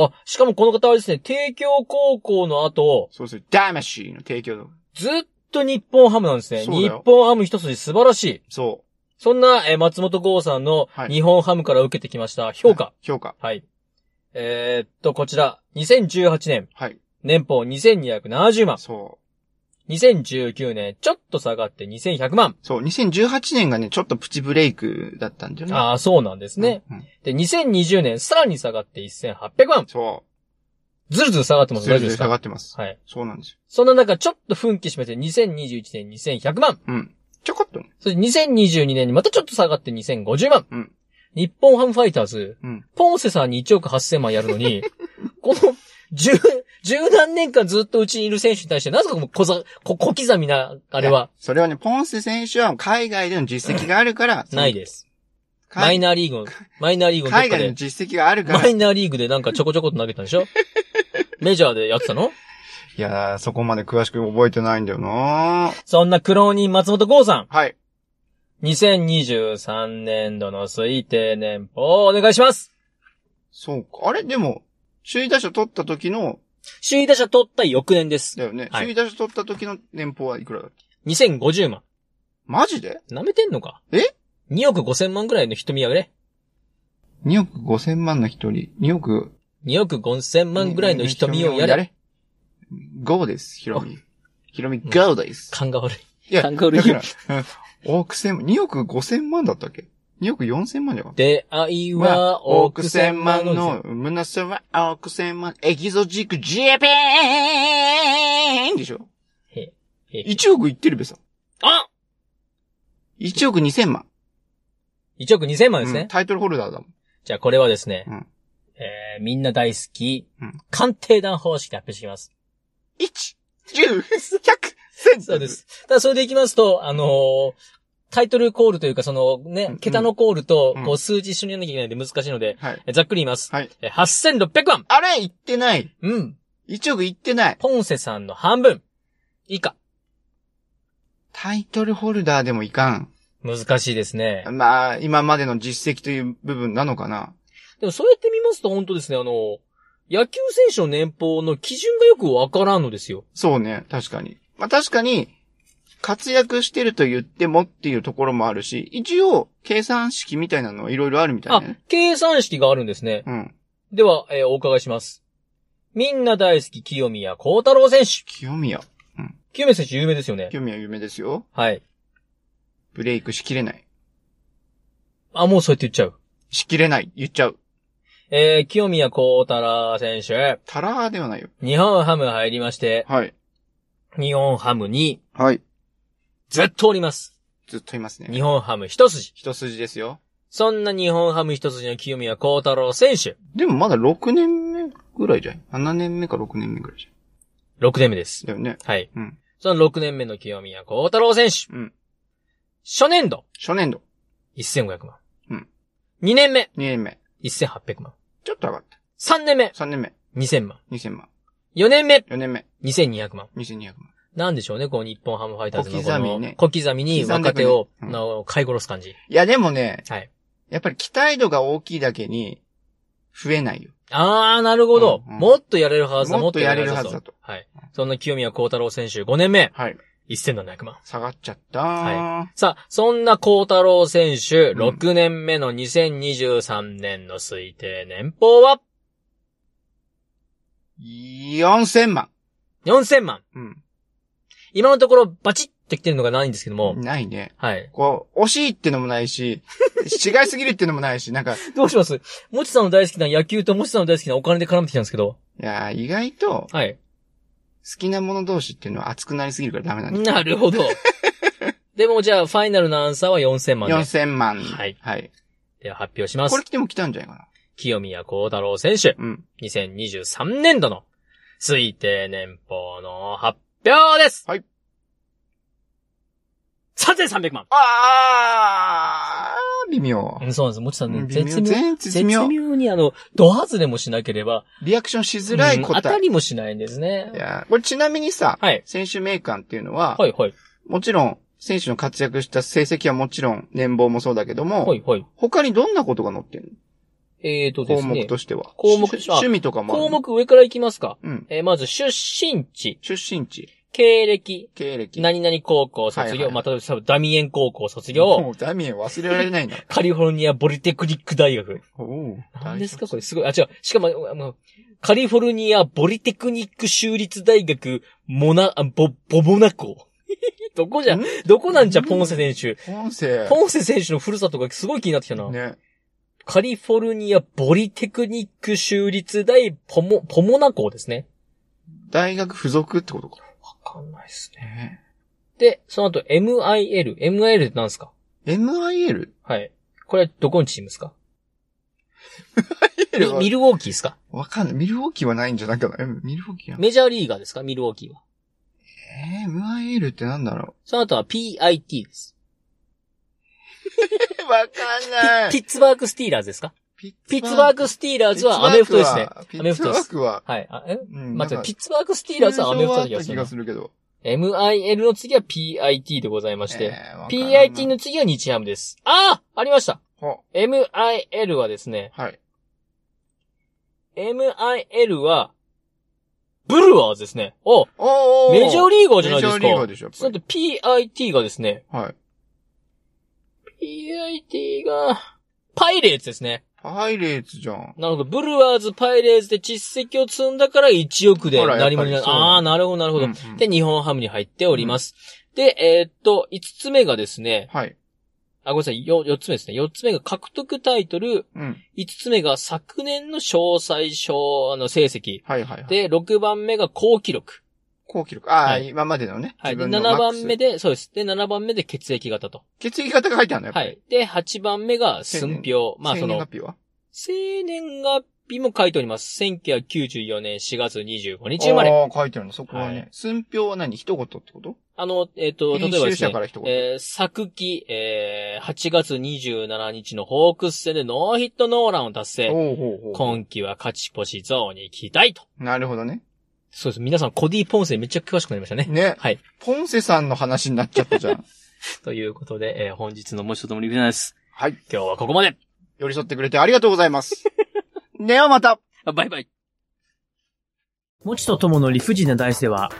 Speaker 1: あ。あ、しかもこの方はですね、帝京高校の後、
Speaker 2: そうする。魂の提供の。
Speaker 1: ずっと日本ハムなんですね。
Speaker 2: そうだ
Speaker 1: 日
Speaker 2: よ
Speaker 1: 本ハム一筋素晴らしい。
Speaker 2: そ
Speaker 1: そんな、えー松本剛さんの
Speaker 2: はい
Speaker 1: 日本ハムから受けてきました
Speaker 2: う。
Speaker 1: 評価。
Speaker 2: 評価。
Speaker 1: はい。えーっと、こちら、2018年、
Speaker 2: はい。
Speaker 1: 年俸2270万。
Speaker 2: そ
Speaker 1: 2019年、ちょっと下がって2100万。
Speaker 2: う。そう。2018年がね、ちょっとプチブレイクだったんだよね。
Speaker 1: ああ、そうなんですね。
Speaker 2: うん。うん
Speaker 1: で、2020年、さらに下がって1800万。
Speaker 2: そ
Speaker 1: ずるずる下がって
Speaker 2: う。
Speaker 1: ます。
Speaker 2: ずる
Speaker 1: 大丈夫
Speaker 2: ずる
Speaker 1: です
Speaker 2: 下
Speaker 1: か
Speaker 2: がってます。
Speaker 1: はい。
Speaker 2: そうなんですよ。
Speaker 1: そんな中、ちょっと奮起しまして、2021年2100万。
Speaker 2: うん。ちょこっとね。
Speaker 1: そして2022年にまたちょっと下がって2050万。
Speaker 2: うん
Speaker 1: 日本ハムファイターズ、
Speaker 2: うん
Speaker 1: [laughs] ポンセさんに1億8000万やるのに、この十、十何年間ずっとうちにいる選手に対して、なぜかもう小ざ、小小刻みな、あれは、
Speaker 2: それはね、ポンセ選手は海外での実績があるから、
Speaker 1: [laughs] ないです。
Speaker 2: 海
Speaker 1: マイナーリーグの、マイナーリーグのどっ
Speaker 2: 海
Speaker 1: か
Speaker 2: 外で
Speaker 1: で
Speaker 2: の、実績があるから、
Speaker 1: マ
Speaker 2: い
Speaker 1: イナーリーグでなんかちょこちょこと投げたんでしょ [laughs] メジャーでやってたの
Speaker 2: やー、そこまで詳しく覚えてないんだよな
Speaker 1: そんな苦労人松本剛さ
Speaker 2: はい。
Speaker 1: ん、2023年度の推定年俸をお願いします
Speaker 2: そうか。あれでも、首位打者取った時の、
Speaker 1: 首位打者取った翌年です。
Speaker 2: だよね。
Speaker 1: はい
Speaker 2: 首位打者取った時の年俸はいくらだっけ
Speaker 1: 2050万。
Speaker 2: マジで
Speaker 1: 舐めてんのか
Speaker 2: え
Speaker 1: ?2 億5000万ぐらいの瞳やれ。
Speaker 2: ?2 億5千万の一人、2億
Speaker 1: 2億5000万ぐらいの瞳をやれ。
Speaker 2: れ。ゴーです、ヒロミ。ヒロミ、ゴーです。
Speaker 1: 勘が悪い。
Speaker 2: いや、
Speaker 1: 勘
Speaker 2: だ
Speaker 1: が
Speaker 2: か
Speaker 1: 悪い
Speaker 2: ら、うん、億千、2億5千万だったっけ ?2 億4千万じゃなかった
Speaker 1: 出会い
Speaker 2: まあ
Speaker 1: は、億千万の、
Speaker 2: の、胸さは億千万、エキゾチックジャパンでしょ
Speaker 1: へへ
Speaker 2: ?1 億いってるべさ。
Speaker 1: あ
Speaker 2: 1億2千万。
Speaker 1: !1 億2000万です
Speaker 2: うん
Speaker 1: ね。
Speaker 2: タイトルホルダーだもん。
Speaker 1: じゃあこれはですね、
Speaker 2: うん
Speaker 1: えー、みんな大好き、
Speaker 2: うん
Speaker 1: 鑑定団方式で発表していきます。
Speaker 2: 1、10、100、1000。
Speaker 1: そうで。す。ただそれでいきますと、あのータイトルコールというか、その
Speaker 2: う
Speaker 1: ね
Speaker 2: ん、
Speaker 1: 桁のコールと
Speaker 2: うん、
Speaker 1: こう数字一緒にやらなきゃいけないんで難しいので、
Speaker 2: はい。
Speaker 1: えざっくり言います。
Speaker 2: はい。
Speaker 1: えー8600万
Speaker 2: あれ、いってない。
Speaker 1: うん。
Speaker 2: 1億いってない。
Speaker 1: ポンセさんの半分以下。
Speaker 2: タイトルホルダーでもいかん。
Speaker 1: 難しいですね。
Speaker 2: まあ、今までの実績という部分なのかな。
Speaker 1: でもそうやって見ますと本当ですね、あの、野球選手の年俸の基準がよくわからんのですよ。
Speaker 2: そうね、確かに。まあ確かに、活躍してると言ってもっていうところもあるし、一応、計算式みたいなのはいろいろあるみたい
Speaker 1: あ
Speaker 2: ね。、
Speaker 1: 計算式があるんですね。
Speaker 2: うん。
Speaker 1: では、えーお伺いします。みんな大好き清宮幸太郎選手。
Speaker 2: 清宮。
Speaker 1: 清宮選手有名ですよね。
Speaker 2: 清宮有名ですよ。
Speaker 1: はい。
Speaker 2: ブレイクしきれない。
Speaker 1: あ、もうそうやって言っちゃう。
Speaker 2: しきれない。言っちゃう。
Speaker 1: えー、清宮幸太郎選手。
Speaker 2: タラーではないよ。
Speaker 1: 日本ハム入りまして、
Speaker 2: はい。
Speaker 1: 日本ハムに
Speaker 2: はい。
Speaker 1: ずっとおります。
Speaker 2: ずっといますね。
Speaker 1: 日本ハム一筋。
Speaker 2: 一筋ですよ。
Speaker 1: そんな日本ハム一筋の清宮幸太郎選手。
Speaker 2: でもまだ6年目ぐらいじゃん。7年目か6年目ぐらいじ
Speaker 1: 6年目です
Speaker 2: ゃん。。だよね。
Speaker 1: はい。
Speaker 2: うん
Speaker 1: その6年目の清宮幸太郎選手。
Speaker 2: うん
Speaker 1: 初年度、
Speaker 2: 初年度。
Speaker 1: 1500万。
Speaker 2: うん
Speaker 1: 2年目、
Speaker 2: 2年目。
Speaker 1: 1800万。
Speaker 2: ちょっと上がっ
Speaker 1: 3年目、
Speaker 2: た。3年目。
Speaker 1: 2000万。
Speaker 2: 2000万。
Speaker 1: 4年目、
Speaker 2: 4年目。
Speaker 1: 2200万。
Speaker 2: 2200万。
Speaker 1: なんでしょうね、こう日本ハムファイターズのこ
Speaker 2: 小刻み
Speaker 1: の
Speaker 2: ね
Speaker 1: 小刻みに若手を、
Speaker 2: 刻んでくねうん
Speaker 1: の、買い殺す感じ。
Speaker 2: いや、でもね、
Speaker 1: はい。
Speaker 2: やっぱり期待度が大きいだけに、増えないよ。
Speaker 1: あー、なるほど。
Speaker 2: うんうん
Speaker 1: もっとやれるはずだ、
Speaker 2: もっとやれるはずだ
Speaker 1: もっ
Speaker 2: と。
Speaker 1: はい。そんな清宮幸太郎選手5年目、
Speaker 2: はい。
Speaker 1: 1700万。
Speaker 2: 下がっちゃった、
Speaker 1: はさあ、そんな幸太郎選手、
Speaker 2: うん
Speaker 1: 6年目の2023年の推定年俸は、
Speaker 2: 4000万。
Speaker 1: 4000万。
Speaker 2: うん。
Speaker 1: 今のところバチッと来てるのがないんですけども、
Speaker 2: ないね。
Speaker 1: はい。
Speaker 2: こう、惜しいってのもないし、 [laughs] 違いすぎるってのもないし、なんか、い
Speaker 1: どうしますもちさんの大好きな野球ともちさんの大好きなお金で絡めてきたんですけど、
Speaker 2: やー意外と、好
Speaker 1: はい。
Speaker 2: きなもの同士っていうのは熱くなりすぎるからダメなんだ。
Speaker 1: なるほど。でもじゃあ、ファイナルのアンサーは4000万で
Speaker 2: 4000万。
Speaker 1: はい
Speaker 2: はい。
Speaker 1: では発表しま
Speaker 2: こ
Speaker 1: す
Speaker 2: れ。来ても来たんじゃないか
Speaker 1: 清宮幸太郎選手、
Speaker 2: な。うん。
Speaker 1: 2023年度の推定年俸の発表です
Speaker 2: はい。
Speaker 1: 3300万
Speaker 2: あー、微妙。
Speaker 1: うんそうなんです。もちさんね、
Speaker 2: 微妙
Speaker 1: 絶妙。
Speaker 2: 絶
Speaker 1: 絶
Speaker 2: 妙。
Speaker 1: 妙にあの、ド外れもしなければ、
Speaker 2: リアクションしづらい
Speaker 1: うん当
Speaker 2: 答
Speaker 1: た
Speaker 2: え。
Speaker 1: りもしないんですね
Speaker 2: い。やーこれちなみにさ、
Speaker 1: はい。
Speaker 2: 選手名鑑っていうのは、
Speaker 1: はいはい。
Speaker 2: もちろん、選手の活躍した成績はもちろん、年俸もそうだけども、
Speaker 1: はいはい。
Speaker 2: 他にどんなことが載ってんの
Speaker 1: えーとで
Speaker 2: 項
Speaker 1: す
Speaker 2: 目
Speaker 1: ね。
Speaker 2: としては。
Speaker 1: 項目
Speaker 2: し
Speaker 1: あ
Speaker 2: 趣味とかもある
Speaker 1: 項。目上からいきますか。
Speaker 2: うん。
Speaker 1: えーまず、出身地、
Speaker 2: 出身地、
Speaker 1: 経歴、
Speaker 2: 経歴。
Speaker 1: 何々高校卒業、
Speaker 2: はいはい
Speaker 1: まあ、例えば多分ダミエン高校卒業、
Speaker 2: もうダミエン忘れら
Speaker 1: [laughs]
Speaker 2: れないな。
Speaker 1: カリフォルニアボリテクニック大学。
Speaker 2: おお。
Speaker 1: 何ですか
Speaker 2: 大
Speaker 1: これすごい。あ、違う。しかも、あの、カリフォルニアボリテクニック州立大学、モナ、あボ、ボボナコ。 [laughs] どこじゃ
Speaker 2: ん、
Speaker 1: どこなんじゃ、ポンセ選手。
Speaker 2: 丈夫。音声。
Speaker 1: ポンセ選手の古里がすごい気になってきたな。
Speaker 2: ね。
Speaker 1: カリフォルニアボリテクニック州立大ポモ、ポモナ校ですね。
Speaker 2: 大学付属ってことか。
Speaker 1: わかんないですね。
Speaker 2: ね
Speaker 1: で、その後 MIL。MIL って何ですか
Speaker 2: MIL?
Speaker 1: はい。これはどこのチームですかミミルウォーキーですか
Speaker 2: わかんない。ミルウォーキーはないんじゃないかな。えミルウォーキーは。
Speaker 1: メジャーリーガーですかミルウォーキーは。
Speaker 2: えー、MIL ってなんだろ
Speaker 1: その後は PIT です。 [laughs]
Speaker 2: う。わかんな
Speaker 1: ピ
Speaker 2: い。
Speaker 1: ッツバーグスティーラーズですか
Speaker 2: ピ
Speaker 1: ピッツバー
Speaker 2: グ
Speaker 1: グスティーラーズはアメフトですね。。
Speaker 2: ピ
Speaker 1: アメ
Speaker 2: ッ
Speaker 1: フ
Speaker 2: ツ
Speaker 1: ト
Speaker 2: バ
Speaker 1: です
Speaker 2: ーグは、
Speaker 1: はい。あえ
Speaker 2: うん
Speaker 1: 待っ
Speaker 2: な
Speaker 1: て、
Speaker 2: んか
Speaker 1: ピッツバーグスティーラーズはアメフトだ
Speaker 2: 優勝はあった
Speaker 1: 気
Speaker 2: 気
Speaker 1: が
Speaker 2: が
Speaker 1: す
Speaker 2: するけ
Speaker 1: る
Speaker 2: ど。
Speaker 1: な。MIL の次は PIT でございまして。
Speaker 2: えーわかんない
Speaker 1: PIT の次は日ハムです。ああありました
Speaker 2: ほ
Speaker 1: !MIL はですね、
Speaker 2: はい。
Speaker 1: MIL は、ブルワーズですね。お
Speaker 2: おーお
Speaker 1: メジャー
Speaker 2: リ
Speaker 1: リーガーじゃないですか。
Speaker 2: メジャーリーガーでしょ。やっぱ
Speaker 1: その後 PIT がですね、
Speaker 2: りはい。
Speaker 1: PIT が、パイレーツですね。
Speaker 2: パイレーツじゃん。
Speaker 1: なるほど。ブルワーズ、パイレーズで実績を積んだから1億で
Speaker 2: ほらやっぱ
Speaker 1: 何
Speaker 2: り
Speaker 1: もな
Speaker 2: そう
Speaker 1: ああー、なるほど、なるほど。
Speaker 2: うんうん
Speaker 1: で、日本ハムに入っております。で、えーっと、5つ目がですね、
Speaker 2: はい。
Speaker 1: あ、ごめんなさい、よ4つ目ですね。4つ目が獲得タイトル、
Speaker 2: うん。
Speaker 1: 5つ目が昨年の詳細賞、あの、成績。
Speaker 2: はいはいはい。
Speaker 1: で、6番目が好記録。
Speaker 2: 高記録。ああ、
Speaker 1: はい
Speaker 2: 今までのね。
Speaker 1: はい。で、
Speaker 2: 自分の
Speaker 1: 7
Speaker 2: マッ
Speaker 1: 番
Speaker 2: クス
Speaker 1: 目。で、そうです。で、7番目で血液型と。
Speaker 2: 血液型が書いてあるのやっぱ
Speaker 1: は
Speaker 2: り。
Speaker 1: い。で、8番目が寸評。まあ、そ
Speaker 2: 生年
Speaker 1: の
Speaker 2: 月、日は
Speaker 1: 生年月日も書いております。1994年4月25日生まれ。
Speaker 2: ああ、書いてあるの、そこは
Speaker 1: はい
Speaker 2: ね。寸評は何一言ってこと
Speaker 1: あの、えっ、と、例
Speaker 2: 編
Speaker 1: えばで
Speaker 2: 集
Speaker 1: す
Speaker 2: 者
Speaker 1: ね
Speaker 2: か、ら一言。
Speaker 1: えー、昨季、えー、8月27日のホークス戦でノーヒットノーランを達成。
Speaker 2: ほうほうほ
Speaker 1: 今季は勝ち星ゾーンに期待と。
Speaker 2: う。なるほどね。
Speaker 1: そうです。皆さん、コディ・ポンセにめっちゃ詳しくなりましたね。
Speaker 2: ね。
Speaker 1: はい。
Speaker 2: ポンセさんの話になっちゃったじ
Speaker 1: [laughs]
Speaker 2: ゃん。
Speaker 1: ということで、えー、本日のもう一つともリフィナです。
Speaker 2: はい。
Speaker 1: 今日はここまで。
Speaker 2: 寄り添ってくれてありがとうござい [laughs] ます。ではまた
Speaker 1: バイバイ。
Speaker 3: もちとともの理不尽な大世は、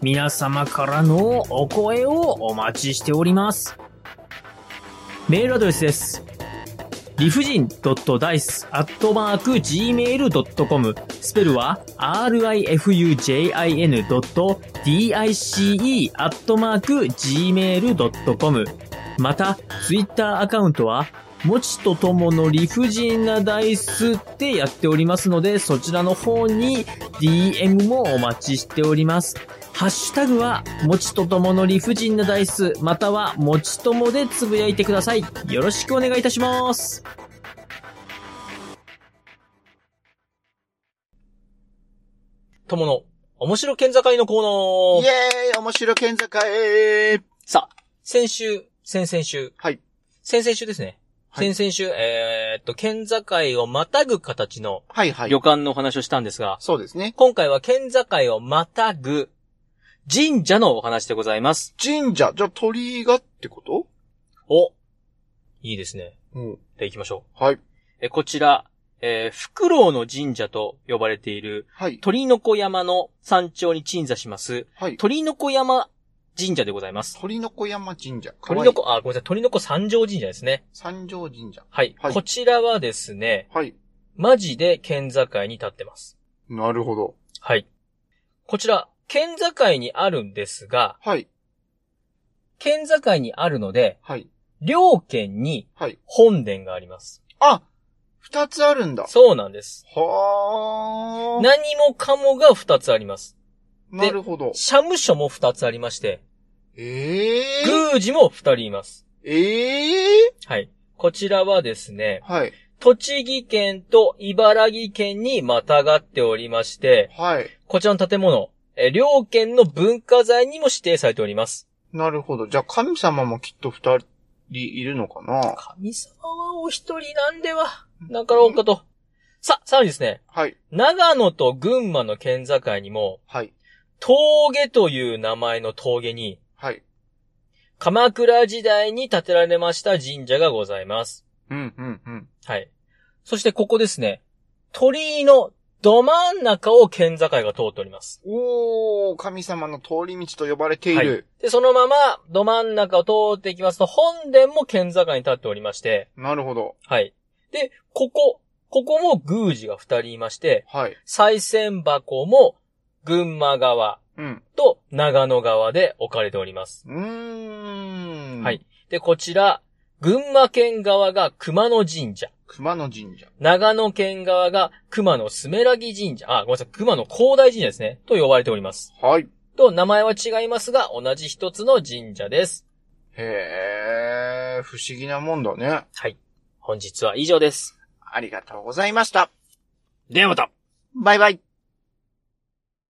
Speaker 3: 皆様からのお声をお待ちしております。メールアドレスです。理不尽 .dice.gmail.com スペルは rifujin.dice.gmail.com また、ツイッターアカウントは、もちとともの理不尽なダイスってやっておりますので、そちらの方に DM もお待ちしております。ハッシュタグは、もちとともの理不尽なダイス、または、もちともでつぶやいてください。よろしくお願いいたします。
Speaker 1: 友の、面白県境のコーナー。
Speaker 2: イエーイ面白県境
Speaker 1: さあ、先週、先々週。
Speaker 2: はい。
Speaker 1: 先々週ですね。
Speaker 2: はい
Speaker 1: 先々週、えー、っと、県境をまたぐ形の
Speaker 2: はいは
Speaker 1: 旅
Speaker 2: い。
Speaker 1: 館のお話をしたんですが、
Speaker 2: そうですね。
Speaker 1: 今回は県境をまたぐ神社のお話でございます。
Speaker 2: 神社、じゃあ鳥居がってこと
Speaker 1: おいいですね。
Speaker 2: うん。
Speaker 1: で、行きましょ
Speaker 2: はい。
Speaker 1: う。え、こちら、えー、フクロウの神社と呼ばれている
Speaker 2: はい。
Speaker 1: 鳥の子山の山頂に鎮座します、
Speaker 2: はい。
Speaker 1: 鳥の子山神社でございます。
Speaker 2: 鳥の子山神社。
Speaker 1: 鳥の
Speaker 2: か
Speaker 1: 子、
Speaker 2: わいい
Speaker 1: あ、ごめんなさい、鳥の子三条神社ですね。
Speaker 2: 三条神社。
Speaker 1: はい。
Speaker 2: はい
Speaker 1: こちらはですね、
Speaker 2: はい。
Speaker 1: マジで県境に立ってます。
Speaker 2: なるほど。
Speaker 1: はい。こちら、県境にあるんですが、
Speaker 2: はい。
Speaker 1: 県境にあるので、
Speaker 2: はい。
Speaker 1: 両県に
Speaker 2: はい。
Speaker 1: 本殿があります。
Speaker 2: あ二つあるんだ。
Speaker 1: そうなんです。
Speaker 2: はー。
Speaker 1: 何もかもが2つあります。
Speaker 2: なるほど。
Speaker 1: 社務所も2つありまして、
Speaker 2: ええー。
Speaker 1: 宮司も2人います。
Speaker 2: ええ
Speaker 1: はい。こちらはですね
Speaker 2: ー。、はい。
Speaker 1: 栃木県と茨城県にまたがっておりまして、
Speaker 2: はい。
Speaker 1: こちらの建物、えー両県の文化財にも指定されております。
Speaker 2: なるほど。じゃあ神様もきっと二人いるのかな
Speaker 1: 神様はお一人なんでは、なかろうかと。さ、さらにですね、
Speaker 2: はい。
Speaker 1: 長野と群馬の県境にも、
Speaker 2: はい。
Speaker 1: 峠という名前の峠に、
Speaker 2: はい。
Speaker 1: 鎌倉時代に建てられました神社がございます。
Speaker 2: うん、うん、うん。
Speaker 1: はい。そしてここですね。鳥居のど真ん中を県境が通っております。
Speaker 2: おー、神様の通り道と呼ばれてい
Speaker 1: はい
Speaker 2: る。。
Speaker 1: で、そのままど真ん中を通っていきますと、本殿も県境に立っておりまして、
Speaker 2: なるほど。
Speaker 1: はい。で、ここ、ここも宮司が二人いまして、
Speaker 2: はい。
Speaker 1: 再銭箱も群馬側
Speaker 2: うん。
Speaker 1: と長野側で置かれております。
Speaker 2: うーん。
Speaker 1: はい。。で、こちら、群馬県側が熊野神社。
Speaker 2: 熊野神社。
Speaker 1: 長野県側が熊野スメラギ神社、あ、ごめんなさい、熊野広大神社ですね、と呼ばれております。
Speaker 2: はい。
Speaker 1: と、名前は違いますが、同じ一つの神社です。
Speaker 2: へー、不思議なもんだね。
Speaker 1: 本日は以上です。ありがとうございました。
Speaker 2: ではまた
Speaker 1: バイバイ。